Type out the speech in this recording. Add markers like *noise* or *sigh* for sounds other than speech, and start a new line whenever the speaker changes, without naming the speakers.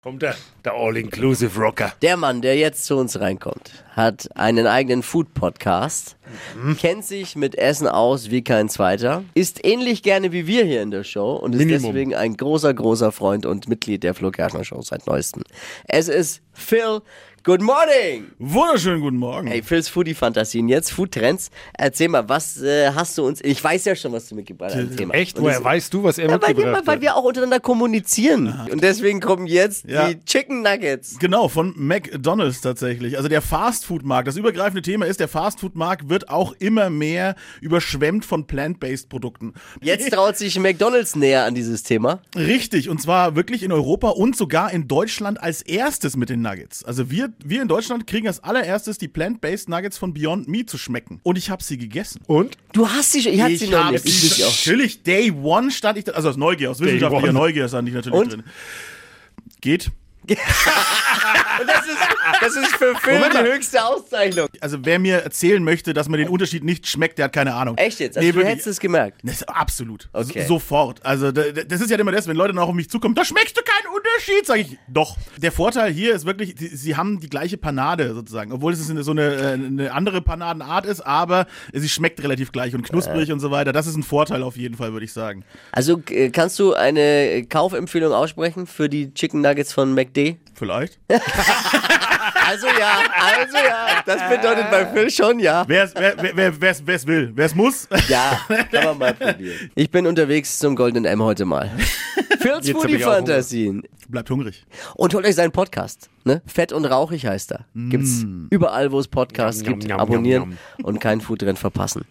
Kommt der, der All-Inclusive Rocker.
Der Mann, der jetzt zu uns reinkommt, hat einen eigenen Food-Podcast,
Mhm.
kennt sich mit Essen aus wie kein zweiter, isst ähnlich gerne wie wir hier in der Show und ist
Minimum.
deswegen ein großer, großer Freund und Mitglied der Flo Kerschner Show seit neuestem. Es ist Phil. Good morning!
Wunderschönen guten Morgen.
Hey, Phils Foodie-Fantasien, jetzt Food-Trends. Erzähl mal, was äh, hast du uns... Ich weiß ja schon, was du mitgebracht hast. Thema.
Echt?
Und
Woher
es-
weißt du, was er
ja, weil, wir,
mitgebracht
mal- weil
hat?
wir auch untereinander kommunizieren. Und deswegen kommen jetzt
Ja.
die Chicken Nuggets.
Genau, von McDonalds tatsächlich. Also der Fastfood-Markt. Das übergreifende Thema ist, der Fastfood-Markt wird auch immer mehr überschwemmt von plant-based Produkten.
Jetzt traut sich McDonalds näher an dieses Thema.
*laughs* Richtig, und zwar wirklich in Europa und sogar in Deutschland als erstes mit den Nuggets. Also wir, wir in Deutschland kriegen als allererstes die plant-based Nuggets von Beyond Meat zu schmecken. Und ich habe sie gegessen.
Und?
Du hast sie schon. Ich hatte sie noch
hab
nicht. Ich will sie auch.
natürlich Day One stand ich da, also aus Neugier, aus wissenschaftlicher
one.
Neugier stand ich natürlich
Und?
drin. Geht.
Das *laughs* ist, das ist für Phil
Moment
die
mal.
höchste Auszeichnung.
Also wer mir erzählen möchte, dass man den Unterschied nicht schmeckt, der hat keine Ahnung.
Echt jetzt? Also du
wirklich.
hättest es gemerkt.
Das, absolut.
Okay.
S- Sofort. Also da- da- das ist ja immer das, wenn Leute dann auch auf mich zukommen, da schmeckst du keinen Unterschied, sage ich. Doch. Der Vorteil hier ist wirklich, die, sie haben die gleiche Panade sozusagen, obwohl es eine, so eine, äh, eine andere Panadenart ist, aber sie schmeckt relativ gleich und
Äh.
knusprig und so weiter. Das ist ein Vorteil auf jeden Fall, würde ich sagen.
Also äh, kannst du eine Kaufempfehlung aussprechen für die Chicken Nuggets von McD?
Vielleicht.
Also ja, also ja. Das bedeutet bei Phil schon ja.
wer's, wer, wer, wer, wer's, wer's will, wer's muss.
*laughs* Ja, kann man mal probieren. Ich bin unterwegs zum Golden M heute mal. Phil's
Jetzt hab ich
Foodie
auch Hunger.
Fantasien.
*laughs* Bleibt hungrig.
Und holt euch seinen Podcast. Ne? Fett und rauchig heißt er. Gibt's überall, wo es Podcasts
Mm. Yum,
gibt.
yum, yum,
Abonnieren
yum,
und kein Food drin verpassen.